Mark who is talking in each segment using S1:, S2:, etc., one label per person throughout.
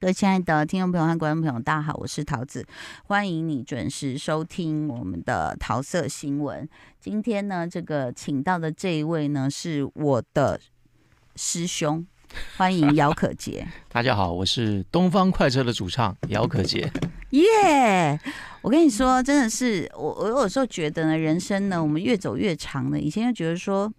S1: 各位亲爱的听众朋友和观众朋友，大家好，我是桃子，欢迎你准时收听我们的桃色新闻。今天呢，这个请到的这一位呢，是我的师兄，欢迎姚可杰。
S2: 大家好，我是东方快车的主唱姚可杰。
S1: 耶、我跟你说，真的是我，我有时候觉得呢，人生呢，我们越走越长了。以前就觉得说，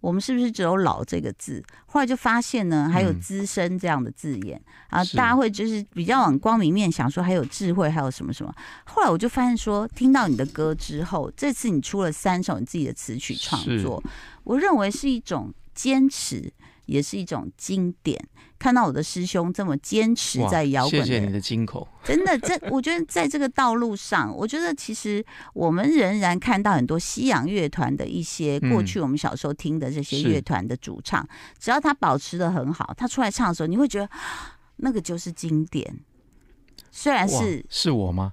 S1: 我们是不是只有“老”这个字？后来就发现呢，还有“
S2: 嗯
S1: 资深”这样的字眼、啊，
S2: 是
S1: 大家会就是比较往光明面想，说还有智慧，还有什么什么。后来我就发现说，听到你的歌之后，这次你出了三首你自己的词曲创作，我认为是一种坚持。也是一种经典。看到我的师兄这么坚持
S2: 哇
S1: 在摇滚的
S2: 谢谢你的金口。
S1: 真的，这我觉得在这个道路上，我觉得其实我们仍然看到很多西洋乐团的一些
S2: 嗯
S1: 过去我们小时候听的这些
S2: 是
S1: 乐团的主唱，只要他保持的很好，他出来唱的时候，你会觉得啊那个就是经典。虽然
S2: 哇
S1: 啊是
S2: 是我吗？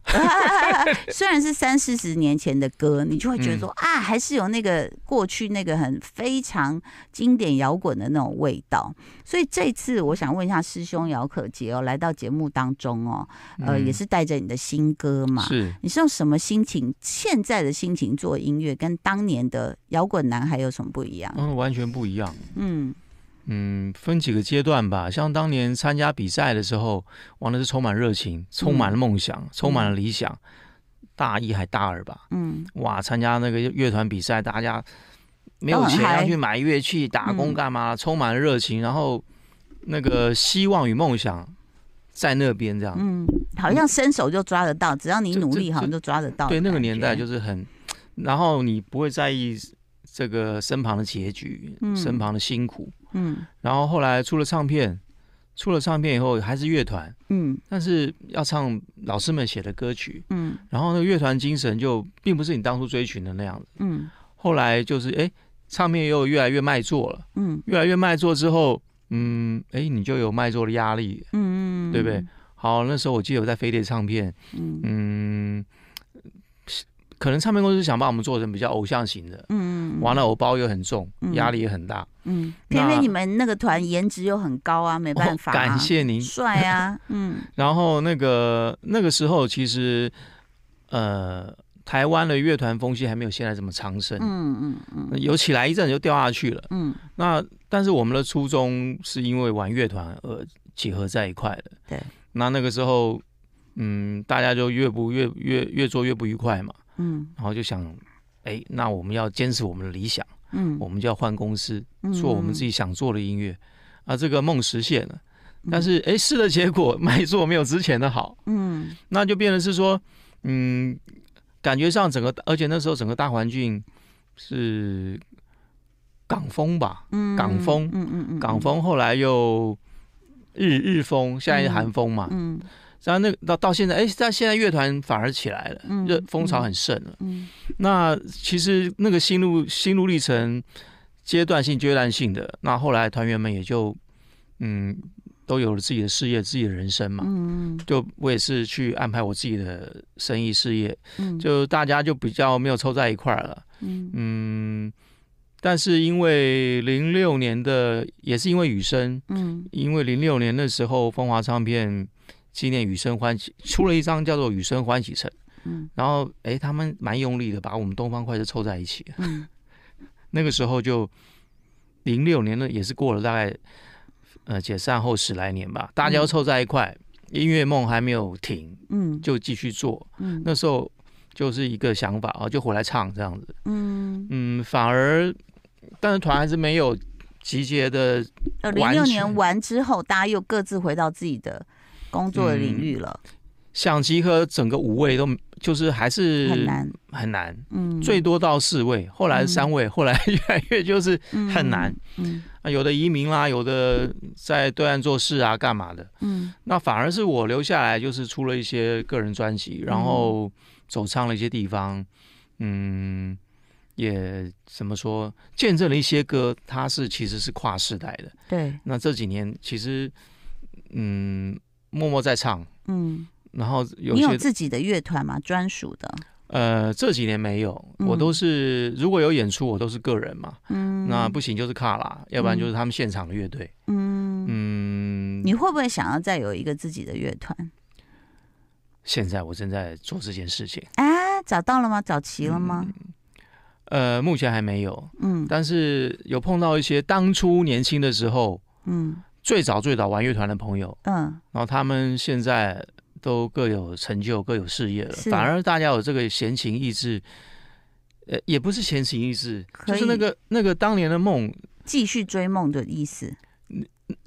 S1: 虽然是三四十年前的歌，你就会觉得说、
S2: 嗯
S1: 啊，还是有那个过去那个很非常经典摇滚的那种味道。所以这次我想问一下师兄姚可杰哦，来到节目当中哦，呃，
S2: 嗯
S1: 也是带着你的新歌嘛。
S2: 是
S1: 你是用什么心情？现在的心情做音乐，跟当年的摇滚男孩有什么不一样？
S2: 嗯，完全不一样。
S1: 嗯，
S2: 嗯，分几个阶段吧。像当年参加比赛的时候，玩的是充满热
S1: 嗯
S2: 情，充满了梦想，充满了理想。大一还大二吧，
S1: 嗯，
S2: 哇，参加那个乐团比赛，大家没
S1: 都
S2: 有
S1: 很
S2: 钱
S1: 嗨
S2: 要去买乐器、打工
S1: 哦嗯
S2: 干嘛？充满了热情，然后那个希望与梦想在那边这样。
S1: 嗯，好像伸手就抓得到，只要你
S2: 啊这
S1: 努
S2: 这
S1: 力，好像
S2: 这
S1: 就抓得到的
S2: 对，
S1: 啊感觉。
S2: 那个年代就是很，然后你不会在意这个身旁的结局，
S1: 嗯
S2: 身旁的辛苦。
S1: 嗯
S2: 然后后来出了唱片，出了唱片以后还是乐团，
S1: 嗯
S2: 但是要唱老师们写的歌曲，
S1: 嗯
S2: 然后那个乐团精神就并不是你当初追寻的那样子。
S1: 嗯
S2: 后来就是哎，唱片又越来越卖座了，
S1: 嗯
S2: 越来越卖座之后，嗯，哎，你就有卖座的压力。
S1: 嗯，
S2: 对不对？好，那时候我记得我在飞碟唱片，
S1: 嗯
S2: 嗯，可能唱片公司想把我们做成比较偶像型的，
S1: 嗯，
S2: 完了偶包又很重
S1: 嗯，
S2: 压力也很大。
S1: 嗯，偏偏你们那个团颜值又很高啊，没办法、啊
S2: 哦感谢您。
S1: 帅啊，嗯
S2: 然后那个那个时候，其实呃，台湾的乐团风气还没有现在这么昌盛，
S1: 嗯嗯嗯
S2: 有起来一阵就掉下去了。
S1: 嗯，
S2: 那但是我们的初衷是因为玩乐团而结合在一块的。
S1: 对。
S2: 那那个时候，嗯，大家就越不越越越做越不愉快嘛，
S1: 嗯
S2: 然后就想。哎，那我们要坚持我们的理想，
S1: 嗯
S2: 我们就要换公司，
S1: 嗯，
S2: 做我们自己想做的音乐，啊，这个梦实现了。但是哎，试的结果 卖座没有之前的好，
S1: 嗯
S2: 那就变成是说，嗯，感觉上整个，而且那时候整个大环境是港风吧，
S1: 嗯嗯嗯嗯，
S2: 港，风后来又日日风，现在是
S1: 嗯
S2: 韩风嘛，
S1: 嗯
S2: 然后那个到到现在，哎，但现在乐团反而起来了
S1: 嗯，
S2: 热风潮很盛了。
S1: 嗯
S2: 那其实那个心路心路历程，阶段性、阶段性的。那后来团员们也就，嗯，都有了自己的事业、自己的人生嘛。
S1: 嗯
S2: 就我也是去安排我自己的生意事业，
S1: 嗯，
S2: 就大家就比较没有凑在一块儿了。
S1: 嗯
S2: 嗯，但是因为零六年的，也是因为雨声，
S1: 嗯
S2: 因为零六年那时候风华唱片纪念雨声欢喜出了一张叫做《雨声欢喜城》。
S1: 嗯
S2: 然后哎，他们蛮用力的，把我们东方快车凑在一起。
S1: 嗯
S2: 那个时候就零六年呢，也是过了大概呃解散后十来年吧，大家都凑在一块，音乐梦还没有停，
S1: 嗯，
S2: 就继续做。
S1: 嗯
S2: 那时候就是一个想法啊，就回来唱这样子。
S1: 嗯，
S2: 嗯，反而但是团还是没有集结的，
S1: 呃，零六年完之后，大家又各自回到自己的工作的领域了，
S2: 想集合整个五位都就是还嗯是
S1: 很难，
S2: 很难
S1: 嗯，
S2: 最多到四位，后来是三位，后来 越来越就是很难，
S1: 嗯
S2: 啊，有的移民啦，有的在对岸做事啊，干嘛的。
S1: 嗯
S2: 那反而是我留下来，就是出了一些个人专辑，然
S1: 嗯
S2: 后走唱了一些地方，嗯，也怎么说，见证了一些歌，它是其实是跨世代的。
S1: 对，
S2: 那这几年其实，嗯，默默在唱，
S1: 嗯，
S2: 然后有
S1: 你有
S2: 些
S1: 自己的乐团吗？专属的，
S2: 呃这几年没有，我都
S1: 嗯
S2: 是如果有演出，我都是个人嘛。
S1: 嗯，
S2: 那不行就是卡拉，要不然就是他们现场的乐队。
S1: 嗯
S2: 嗯，
S1: 你会不会想要再有一个自己的乐团
S2: 现在我正在做这件事情，
S1: 啊？找到了吗？找齐了吗？
S2: 呃，目前还没有，
S1: 嗯
S2: 但是有碰到一些当初年轻的时候
S1: 嗯
S2: 最早最早玩乐团的朋友，
S1: 嗯，
S2: 然后他们现在都各有成就，各有事业了，
S1: 是
S2: 反而大家有这个闲情逸致，呃，也不是闲情逸致，
S1: 可
S2: 就是那
S1: 以
S2: 个那个当年的梦，
S1: 继续追梦的意思。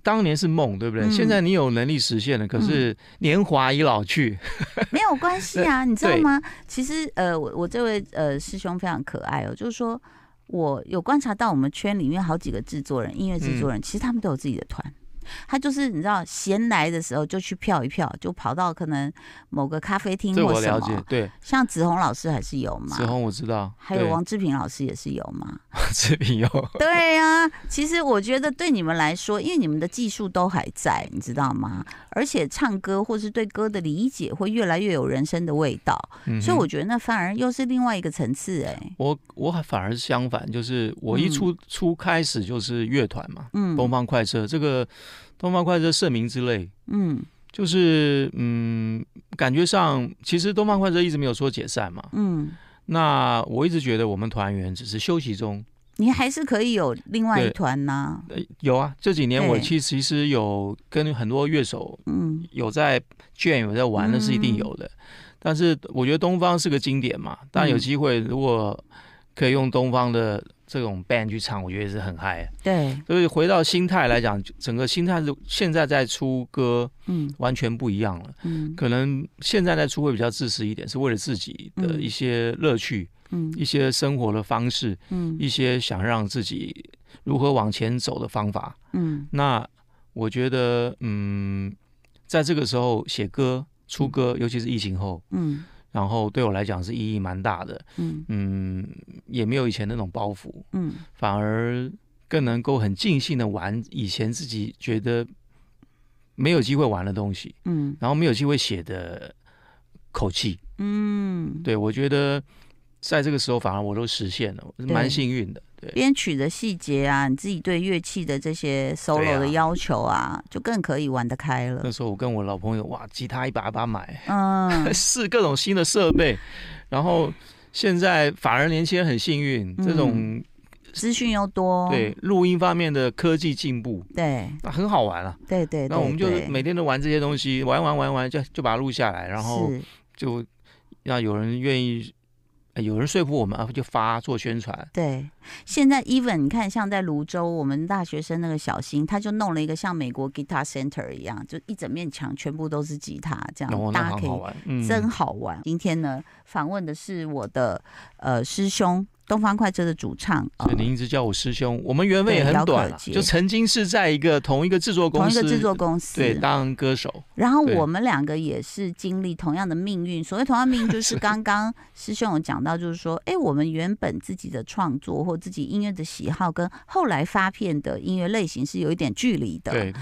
S2: 当年是梦，对不对？
S1: 嗯
S2: 现在你有能力实现了，可是年华已老去，
S1: 没有关系啊，你知道吗？其实呃，我我这位呃师兄非常可爱哦，就是说我有观察到我们圈里面好几个制作人、音乐制
S2: 嗯
S1: 作人，其实他们都有自己的团。他就是你知道，闲来的时候就去票一票，就跑到可能某个咖啡厅
S2: 这
S1: 或
S2: 我
S1: 什
S2: 了解
S1: 么。。
S2: 对，
S1: 像子红老师还是有嘛，
S2: 子红我知道，
S1: 还有
S2: 对
S1: 王志平老师也是有嘛。
S2: 志平 有，
S1: 对呀、啊，其实我觉得对你们来说，因为你们的技术都还在，你知道吗？而且唱歌或是对歌的理解会越来越有人生的味道。
S2: 嗯哼啊
S1: 所以我觉得那反而又是另外一个层次哎、
S2: 我我反而是相反，就是我一
S1: 嗯
S2: 出、出开始就是乐团嘛，
S1: 嗯
S2: 东方快车这个东方快车盛名之类，
S1: 嗯
S2: 就是嗯，感觉上其实东方快车一直没有说解散嘛。
S1: 嗯，
S2: 那我一直觉得我们团员只是休息中，
S1: 你还是可以有另外一
S2: 对
S1: 团呐、
S2: 呃有啊，这几年我
S1: 对
S2: 其实其实有跟很多乐手
S1: 嗯
S2: 有在卷有在玩，那是一定有的。但是我觉得东方是个经典嘛，当然有
S1: 嗯
S2: 机会如果可以用东方的这种 band 去唱，我觉得也是很嗨。啊
S1: 对，
S2: 所以回到心态来讲，整个心态是现在在出歌
S1: 嗯
S2: 完全不一样了。
S1: 嗯
S2: 可能现在在出会比较自私一点，是为了自己的
S1: 嗯
S2: 一些乐趣、
S1: 嗯
S2: 一些生活的方式、
S1: 嗯
S2: 一些想让自己如何往前走的方法。
S1: 嗯
S2: 那我觉得，嗯，在这个时候写歌、出歌，尤其是疫情后，
S1: 嗯
S2: 然后对我来讲是意义蛮大的。
S1: 嗯
S2: 嗯，也没有以前那种包袱，
S1: 嗯，
S2: 反而更能够很尽兴的玩以前自己觉得没有机会玩的东西，
S1: 嗯
S2: 然后没有机会写的口气。
S1: 嗯，
S2: 对我觉得在这个时候，反而我都实现了，我是
S1: 对
S2: 蛮幸运的。对，
S1: 编曲的细节啊，你自己对乐器的这些 solo
S2: 啊
S1: 的要求啊，就更可以玩得开了
S2: 那。时候我跟我老朋友，哇，吉他一把一把买，
S1: 嗯
S2: 试各种新的设备，然后现在反而年轻人很幸运，这
S1: 嗯
S2: 种、
S1: 资讯又多，
S2: 对录音方面的科技进步，
S1: 对
S2: 那很好玩啊。
S1: 对对，
S2: 那我们就是
S1: 对
S2: 每天都玩这些东西，玩玩玩玩，就就把它录下来，然后
S1: 是
S2: 就让有人愿意，呃有人说服我们啊，就发做宣传。
S1: 对，现在 even 你看，像在泸州，我们大学生那个小新，他就弄了一个像美国 Guitar Center 一样，就一整面墙全部都是吉他，这样、
S2: 然后
S1: 大
S2: 那
S1: 家
S2: 很
S1: 可
S2: 好
S1: 以
S2: 玩，嗯，
S1: 真好玩。今天呢，访问的是我的呃师兄，东方快车的主唱，呃
S2: 所以您一直叫我师兄，我们缘分
S1: 对
S2: 也很
S1: 姚可
S2: 短啊，
S1: 杰
S2: 就曾经是在一个同一个制作
S1: 同
S2: 公
S1: 一
S2: 司，
S1: 个制作公司，
S2: 对当歌手，
S1: 然后
S2: 对
S1: 我们两个也是经历同样的命运。所谓同样命运，就是 刚刚师兄有讲到，就是说，哎，我们原本自己的创作或自己音乐的喜好，跟后来发片的音乐类型是有一点距离的。
S2: 对，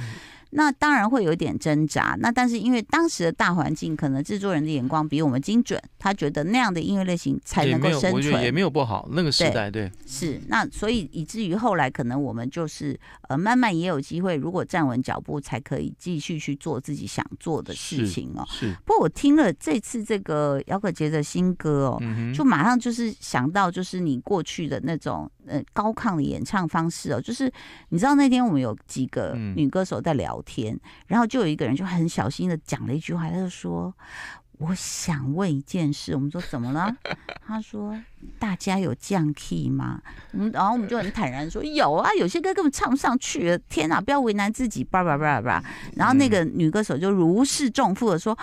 S1: 那当然会有一点挣扎。那但是因为当时的大环境，可能制作人的眼光比我们精准，他觉得那样的音乐类型才
S2: 也
S1: 能
S2: 没
S1: 够
S2: 有，
S1: 生
S2: 我觉得也
S1: 存。
S2: 没有不好，那个时
S1: 对
S2: 代对，
S1: 是，那所以以至于后来可能我们就是呃，慢慢也有机会，如果站稳脚步，才可以继续去做自己想做的事
S2: 是
S1: 情哦。
S2: 是，
S1: 不过我听了这次这个姚可杰的新歌哦，
S2: 嗯
S1: 就
S2: 哼，
S1: 马上就是想到就是你过去的那种呃高亢的演唱方式哦，就是你知道那天我们有几个
S2: 嗯
S1: 女歌手在聊天，然后就有一个人就很小心的讲了一句话，他就说。我想问一件事，我们说怎么了？他说大家有降 key 吗？我们然后我们就很坦然说有啊，有些歌根本唱不上去了。天啊哪，不要为难自己，叭叭叭叭。然后那个女歌手就如释重负的说，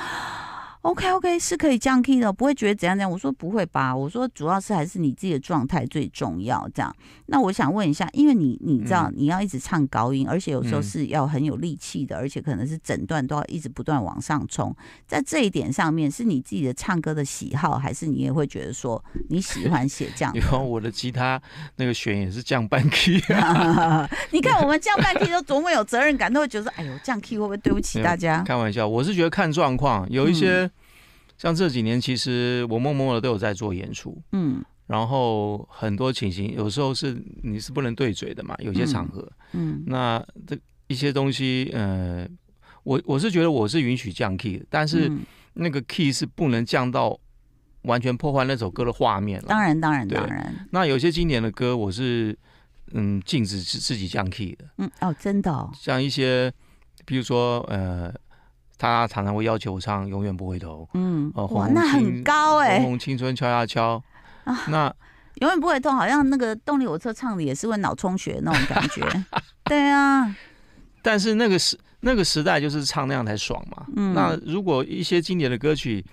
S1: OK OK 是可以降 key 的，不会觉得怎样怎样。我说不会吧，我说主要是还是你自己的状态最重要。这样，那我想问一下，因为你你知道、你要一直唱高音，而且有时候
S2: 嗯？
S1: 是要很有力气的，而且可能是整段都要一直不断往上冲。在这一点上面，是你自己的唱歌的喜好，还是你也会觉得说你喜欢写这样
S2: 然后我的吉他那个弦也是降半 key，
S1: 你看我们降半 key 都多么有责任感，都会觉得说，哎呦降 key 会不会对不起大家？
S2: 开玩笑，我是觉得看状况，有一
S1: 嗯
S2: 些、像这几年，其实我默默的都有在做演出，
S1: 嗯
S2: 然后很多情形有时候是你是不能对嘴的嘛，有些场合，
S1: 嗯
S2: 那这一些东西，呃，我我是觉得我是允许降 key，的但是
S1: 嗯
S2: 那个 key 是不能降到完全破坏那首歌的画面了。
S1: 当然，当然，
S2: 对
S1: 当然，
S2: 那有些经典的歌，我是嗯禁止自自己降 key 的，
S1: 嗯，哦，真的哦，
S2: 像一些比如说呃，他常常会要求我唱《永远不回头
S1: 嗯，
S2: 哦
S1: 哇，
S2: 红
S1: 那很
S2: 青
S1: 高》，哎、
S2: 红红青春敲呀敲
S1: 啊。
S2: 那
S1: 永远不会痛，好像那个动力火车唱的也是会脑充血那种感 觉。对啊，
S2: 但是那个时那个时代就是唱那样才爽嘛。
S1: 嗯
S2: 那如果一些经典的歌曲，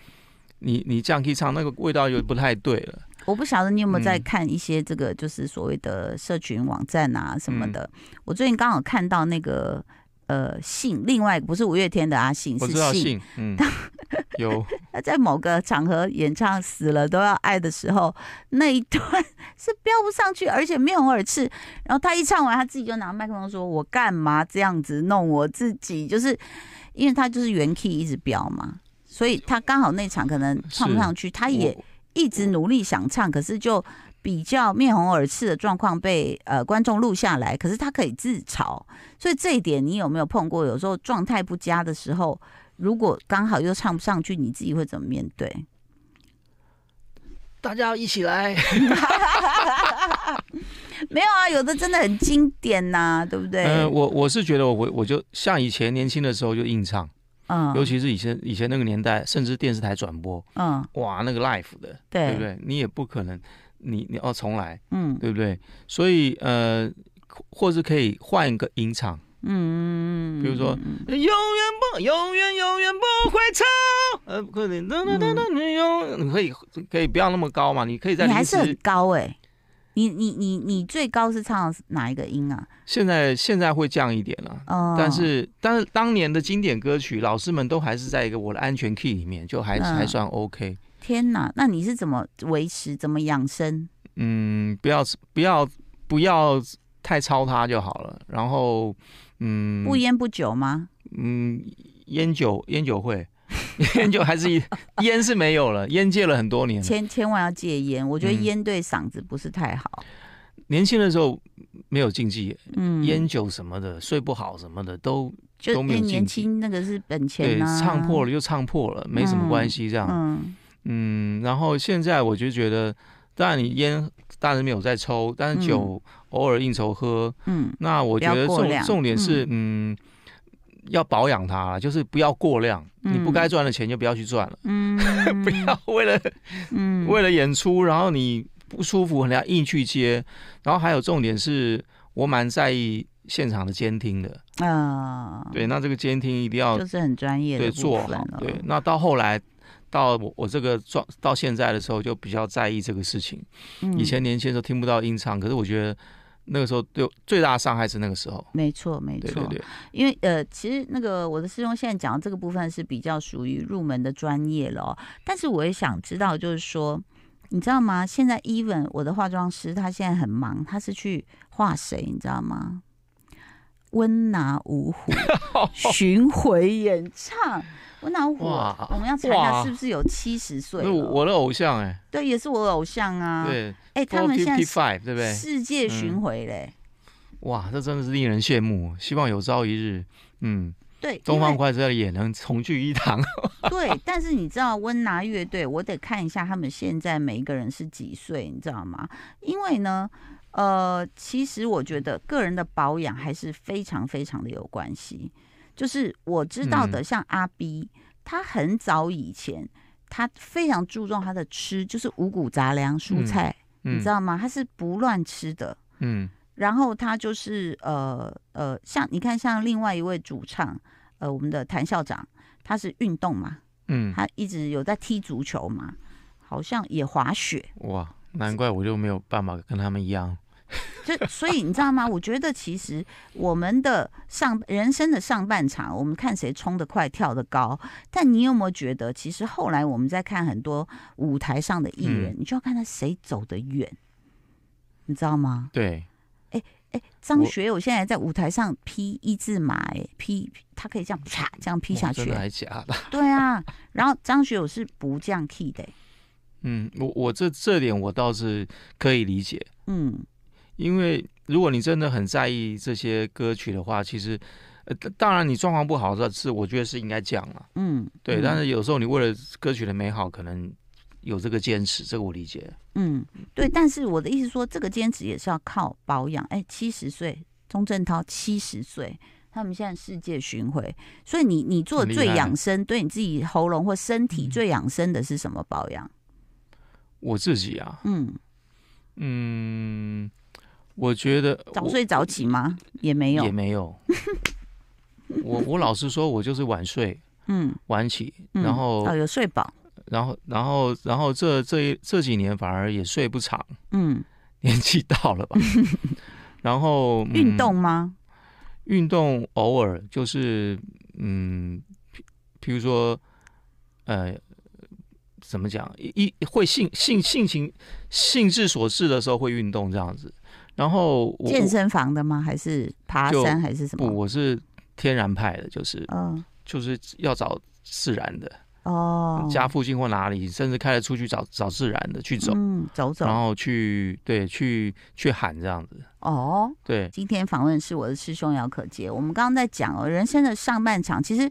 S2: 你你降 key 唱那个味道就不太对了。
S1: 我不晓得你有没有在
S2: 嗯
S1: 看一些这个就是所谓的社群网站啊什么的。
S2: 嗯
S1: 我最近刚好看到那个呃信，另外一个不是五月天的阿信，
S2: 我
S1: 是
S2: 知道信， 嗯，有
S1: 他呃在某个场合演唱《死了都要爱》的时候，那一段 是飙不上去，而且面红耳赤。然后他一唱完，他自己就拿麦克风说：“我干嘛这样子弄我自己？”就是因为他就是原 key 一直飙嘛，所以他刚好那场可能唱不上去，他也
S2: 我
S1: 一直努力想唱，可是就比较面红耳赤的状况被呃观众录下来。可是他可以自嘲，所以这一点你有没有碰过？有时候状态不佳的时候，如果刚好又唱不上去，你自己会怎么面对？
S2: 大家一起来，
S1: 没有啊，有的真的很经典呐、对不对？
S2: 嗯、我我是觉得我我我就像以前年轻的时候就硬唱，
S1: 嗯
S2: 尤其是以前以前那个年代，甚至电视台转播，
S1: 嗯，
S2: 哇，那个 live 的，对
S1: 对
S2: 不对？你也不可能，你你要重来，
S1: 嗯
S2: 对不对？所以呃，或是可以换一个音场，
S1: 嗯，
S2: 比如说
S1: 嗯
S2: 永远不，永远永远不会唱，呃，快点，噔噔噔噔，你永你可以可以不要那么高嘛，你可以在
S1: 嗯你还
S2: 临
S1: 是很
S2: 时，
S1: 高哎、你你你你最高是唱哪一个音啊？
S2: 现在现在会降一点了、
S1: 哦，
S2: 但是，但是当年的经典歌曲，老师们都还是在一个我的安全 key 里面，就还、
S1: 嗯
S2: 还算 OK。
S1: 天哪，那你是怎么维持、怎么养生？
S2: 嗯，不要不要不要太操它就好了。然后，嗯，
S1: 不烟不酒吗？
S2: 嗯，烟酒烟酒会， 烟酒还是一烟是没有了，烟戒了很多年了。
S1: 千千万要戒烟，我觉得
S2: 嗯
S1: 烟对嗓子不是太好。
S2: 年轻的时候没有禁忌，
S1: 嗯，
S2: 烟酒什么的，睡不好什么的都
S1: 就
S2: 都没有
S1: 因为
S2: 禁忌
S1: 年轻那个是本
S2: 对，
S1: 钱啊，
S2: 唱破了就唱破了，没什么关系这样。
S1: 嗯
S2: 嗯，然后现在我就觉得，当然你烟当然没有在抽，但是酒偶尔应酬喝，
S1: 嗯
S2: 那我觉得
S1: 不要过
S2: 重
S1: 量
S2: 重点是，嗯，要保养它，就是不要过量，
S1: 嗯
S2: 你不该赚的钱就不要去赚了，
S1: 嗯，
S2: 不要为了、
S1: 嗯
S2: 为了演出，然后你不舒服，你要硬去接，然后还有重点是我蛮在意现场的监听的，
S1: 啊，
S2: 对，那这个监听一定要
S1: 就是很专业
S2: 对
S1: 的部
S2: 做
S1: 分
S2: 好
S1: 了，，
S2: 对，那到后来。到我我这个状到现在的时候，就比较在意这个事情。
S1: 嗯
S2: 以前年轻的时候听不到音唱，可是我觉得那个时候对我最大的伤害是那个时候。
S1: 没错没
S2: 对
S1: 错
S2: 对，对，
S1: 因为呃，其实那个我的师兄现在讲的这个部分是比较属于入门的专业了、哦，但是我也想知道，就是说，你知道吗？现在 even 我的化妆师他现在很忙，他是去画谁，你知道吗？温拿五 虎巡回演唱，温拿五虎，
S2: 哇
S1: 我们要查一下
S2: 哇
S1: 是不是有七十岁
S2: 那我
S1: 了？
S2: 我的偶像哎、
S1: 对，也是我的偶像啊。，
S2: 对
S1: 哎、他
S2: ，Four
S1: 们现
S2: Fifty
S1: 在
S2: Five，对不嗯对？
S1: 世界巡回嘞、
S2: 哇，这真的是令人羡慕。希望有朝一日，嗯，
S1: 对，
S2: 东
S1: 因为
S2: 方快车也能重聚一堂。
S1: 对，但是你知道温拿乐队，我得看一下他们现在每一个人是几岁，你知道吗？因为呢，呃，其实我觉得个人的保养还是非常非常的有关系。就是我知道
S2: 嗯
S1: 的，像阿 B，、他很早以前，他非常注重他的吃，就是五谷杂粮、蔬
S2: 嗯
S1: 菜，你
S2: 嗯
S1: 知道吗？他是不乱吃的。
S2: 嗯，
S1: 然后他就是呃呃，像你看，像另外一位主唱，呃，我们的谭校长，他是运动嘛，
S2: 嗯，
S1: 他一直有在踢足球嘛，好像也滑雪，
S2: 哇，难怪我就没有办法跟他们一样。
S1: 就所以你知道吗？ 我觉得其实我们的上人生的上半场，我们看谁冲得快、跳得高。但你有没有觉得，其实后来我们在看很多舞台上的艺
S2: 嗯
S1: 人，你就要看他谁走得远，你知道吗？
S2: 对，
S1: 哎，张
S2: 我
S1: 学友现在在舞台上劈一字马、哎，劈他可以这样啪这样劈
S2: 哇
S1: 下去
S2: 哦真的
S1: 欸、
S2: 还假的？
S1: 对啊。然后张学友是不降 key 的欸、
S2: 嗯，我我这这点我倒是可以理解，
S1: 嗯
S2: 因为如果你真的很在意这些歌曲的话，其实呃，当然你状况不好的是，我觉得是应该讲了，
S1: 嗯，
S2: 对。
S1: 嗯
S2: 但是有时候你为了歌曲的美好，可能有这个坚持，这个我理解。
S1: 嗯，对，但是我的意思说，这个坚持也是要靠保养。哎，七十岁，钟镇涛七十岁，他们现在世界巡回，所以你你做
S2: 很厉
S1: 最
S2: 害
S1: 养生，对你自己喉咙或身体
S2: 嗯
S1: 最养生的是什么保养？
S2: 我自己啊，
S1: 嗯，
S2: 嗯，我觉得
S1: 早
S2: 我
S1: 睡早起吗？也没有
S2: 也，没有。 我我老实说，我就是晚睡
S1: 嗯，
S2: 晚起，
S1: 嗯
S2: 然后、
S1: 哦有睡饱，
S2: 然后然后然后这这一这几年反而也睡不长，
S1: 嗯，
S2: 年纪到 了吧。然后、嗯
S1: 运动吗？
S2: 运动偶尔就是嗯，譬譬如说呃，怎么讲一一会性性性情兴致所致的时候会运动这样子。然后我
S1: 健身房的吗？还是爬
S2: 就
S1: 山还是什
S2: 不
S1: 么？
S2: 我是天然派的，就是
S1: 嗯，
S2: 就是要找自然的，
S1: 哦，
S2: 家附近或哪里，甚至开了出去找找自然的去走，
S1: 嗯，走
S2: 然
S1: 走，
S2: 后去对去去喊这样子，
S1: 哦，
S2: 对，
S1: 今天访问是我的师兄姚可杰。我们刚刚在讲哦，人生的上半场，其实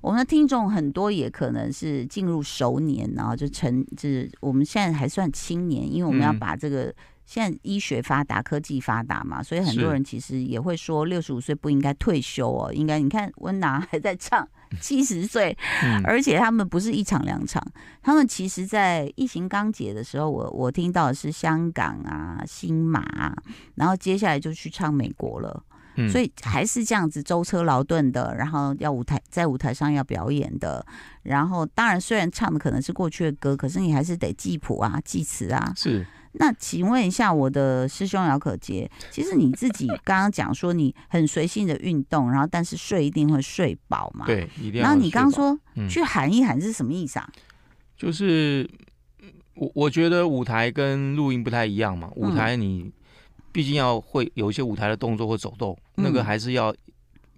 S1: 我们的听众很多也可能是进入熟年，然后就成，就是我们现在还算青年，因为我们要
S2: 嗯
S1: 把这个。现在医学发达，科技发达嘛，所以很多
S2: 是
S1: 人其实也会说，六十五岁不应该退休哦，应该你看温拿还在唱，七十岁
S2: 嗯
S1: 而且他们不是一场两场，他们其实，在疫情刚解的时候，我我听到的是香港啊、新马啊，然后接下来就去唱美国了，
S2: 嗯，
S1: 所以还是这样子舟车劳顿的，然后要舞台在舞台上要表演的，然后当然虽然唱的可能是过去的歌，可是你还是得记谱啊、记词啊。
S2: 是
S1: 那请问一下，我的师兄姚可杰，其实你自己刚刚讲说你很随性的运动，然后但是睡一定会睡饱嘛？。
S2: 对，一定要。
S1: 然后你刚刚，说
S2: 嗯，
S1: 去喊一喊是什么意思啊？
S2: 就是我我觉得舞台跟录音不太一样嘛，
S1: 嗯
S2: 舞台你毕竟要会有一些舞台的动作或走动，
S1: 嗯
S2: 那个还是要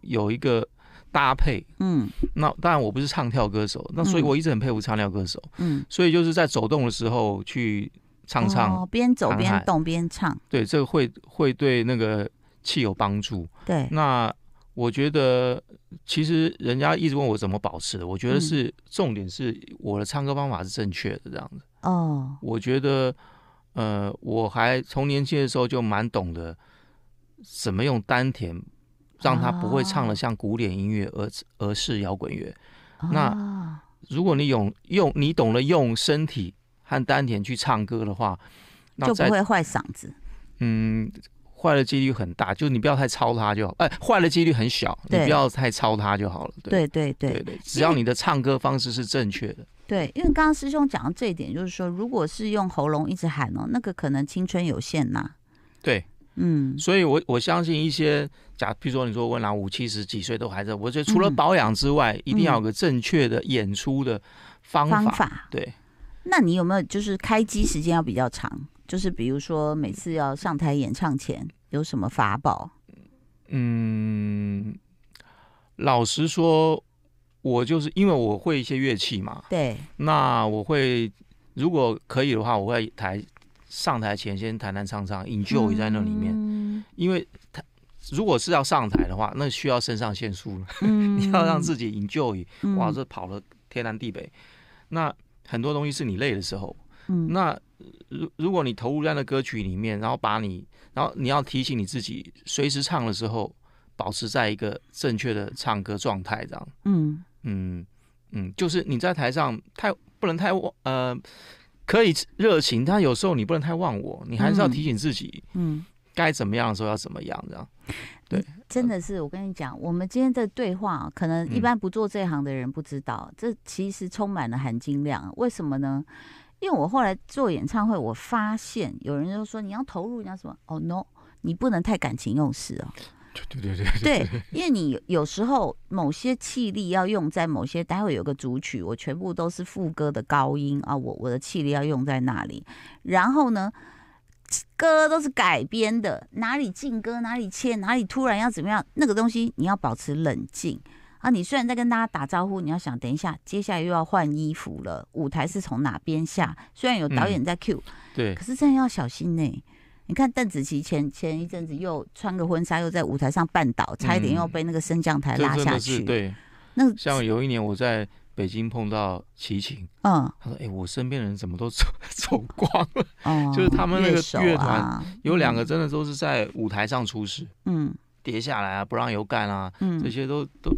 S2: 有一个搭配。
S1: 嗯
S2: 那当然我不是唱跳歌手，那所以
S1: 嗯
S2: 我一直很佩服唱跳歌手，
S1: 嗯，
S2: 所以就是在走动的时候去唱唱，
S1: 哦，边走
S2: 喊
S1: 边
S2: 喊
S1: 动边唱，
S2: 对，这个会会对那个气有帮助。
S1: 对，
S2: 那我觉得，其实人家一直问我怎么保持的，我觉得
S1: 嗯
S2: 是、重点是我的唱歌方法是正确的这样子。
S1: 哦，
S2: 我觉得，呃，我还从年轻的时候就蛮懂得怎么用丹田，让它不会唱
S1: 哦
S2: 的像古典音乐而而是摇滚乐。那
S1: 那
S2: 如果你用用你懂得用身体和丹田去唱歌的话，那
S1: 就
S2: 在
S1: 不会坏嗓子，
S2: 嗯，坏的几率很大，就你不要太操它就好。哎，坏的几率很小，你
S1: 对
S2: 不要太操它就好了。
S1: 对对对
S2: 对对，只要你的唱歌方式是正确的，
S1: 对，因为刚刚师兄讲到这一点，就是说，如果是用喉咙一直喊哦，那个可能青春有限呐，
S2: 对，
S1: 嗯，
S2: 所以我我相信一些假，比如说你说温朗五七十几岁都还在，我觉得除了
S1: 嗯
S2: 保养之外，一定要有
S1: 嗯
S2: 个正确的演出的方法。
S1: 方法。
S2: 对，
S1: 那你有没有就是开机时间要比较长？就是比如说每次要上台演唱前有什么法宝？
S2: 嗯，老实说，我就是因为我会一些乐器嘛，
S1: 对，
S2: 那我会，如果可以的话，我会台上台前先弹弹唱唱，enjoy
S1: 嗯
S2: 在那里面，
S1: 面，
S2: 因为他如果是要上台的话，那需要肾上腺素了，
S1: 嗯
S2: 你要让自己 enjoy，
S1: 嗯
S2: 哇，这跑了天南地北，那很多东西是你累的时候，
S1: 嗯
S2: 那呃如如果你投入在那歌曲里面，然后把你，然后你要提醒你自己，随时唱的时候保持在一个正确的唱歌状态，这样。
S1: 嗯
S2: 嗯，嗯，就是你在台上太不能太忘，呃，可以热情，但有时候你不能太忘我，你还是要
S1: 嗯
S2: 提醒自己
S1: 嗯。
S2: 该怎么样的时候要怎么样，这样。
S1: 真的是，我跟你讲，我们今天的对话，可能一
S2: 嗯
S1: 般不做这行的人不知道，这其实充满了含金量。为什么呢？因为我后来做演唱会，我发现有人就说你要投入，你要什么？哦、no，你不能太感情用事哦。
S2: 对对对
S1: 对，因为你有有时候某些气力要用在某些，待会有个主曲，我全部都是副歌的高音啊，我我的气力要用在那里。然后呢，歌都是改编的，哪里进歌哪里切，哪里突然要怎么样，那个东西你要保持冷静。啊，你虽然在跟大家打招呼，你要想，等一下，接下来又要换衣服了，舞台是从哪边下？虽然有导演在 cue，、
S2: 对
S1: 可是真的要小心呢、你看邓紫棋前前一阵子又穿个婚纱，又在舞台上绊倒，差一点又被那个升降台
S2: 嗯这
S1: 拉
S2: 真
S1: 下
S2: 的是
S1: 去。，
S2: 对。
S1: 那个
S2: 像有一年我在北京碰到齐秦，
S1: 嗯
S2: 他说：“哎、我身边人怎么都走 走光 了？
S1: 哦，
S2: 就是他们那个
S1: 乐手
S2: 乐
S1: 啊，
S2: 有两个真的都是在舞台上出事，
S1: 嗯
S2: 跌下来啊，不让油干啊，
S1: 嗯
S2: 这些都都，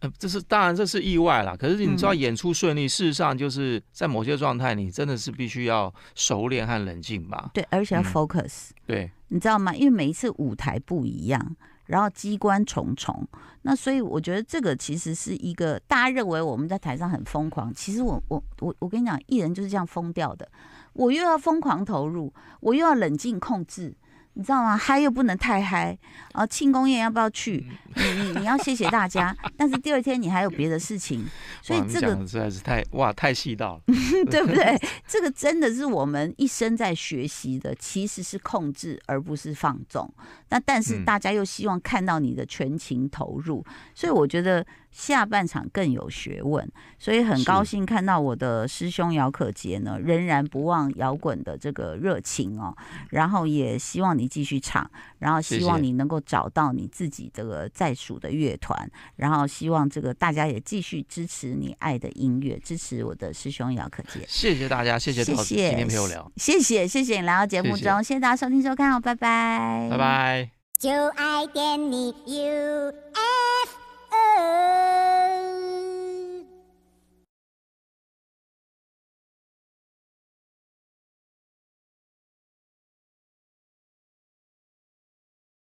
S2: 呃，这是当然这是意外啦。可是你知道
S1: 嗯
S2: 演出顺利，事实上就是在某些状态，你真的是必须要熟练和冷静吧？
S1: 对，而且要
S2: 嗯
S1: focus，、
S2: 对，
S1: 你知道吗？因为每一次舞台不一样，然后机关重重，那所以我觉得这个其实是一个大家认为我们在台上很疯狂，其实我我我我跟你讲，艺人就是这样疯掉的。我又要疯狂投入，我又要冷静控制，你知道吗？嗨又不能太嗨啊！庆功宴要不要去？你你你要谢谢大家，但是第二天你还有别的事情，所以
S2: 哇，你
S1: 这个
S2: 讲的实在是太哇太细到了。
S1: 对不对？这个真的是我们一生在学习的，其实是控制而不是放纵。那但是
S2: 嗯
S1: 大家又希望看到你的全情投入，所以我觉得下半场更有学问。所以很
S2: 是
S1: 高兴看到我的师兄姚可杰呢，仍然不忘摇滚的这个热情哦。然后也希望你继续唱，然后
S2: 谢
S1: 希
S2: 谢
S1: 望你能够找到你自己这个在属的乐团，然后希望这个大家也继续支持你爱的音乐，支持我的师兄姚可杰。
S2: 谢谢大家，谢谢
S1: 谢
S2: 桃子
S1: 谢
S2: 今天陪我聊，
S1: 谢谢谢谢你来到节目中，
S2: 谢谢
S1: 谢谢大家收听收看哦，拜拜，
S2: 拜拜。
S3: 就爱点你 UFO。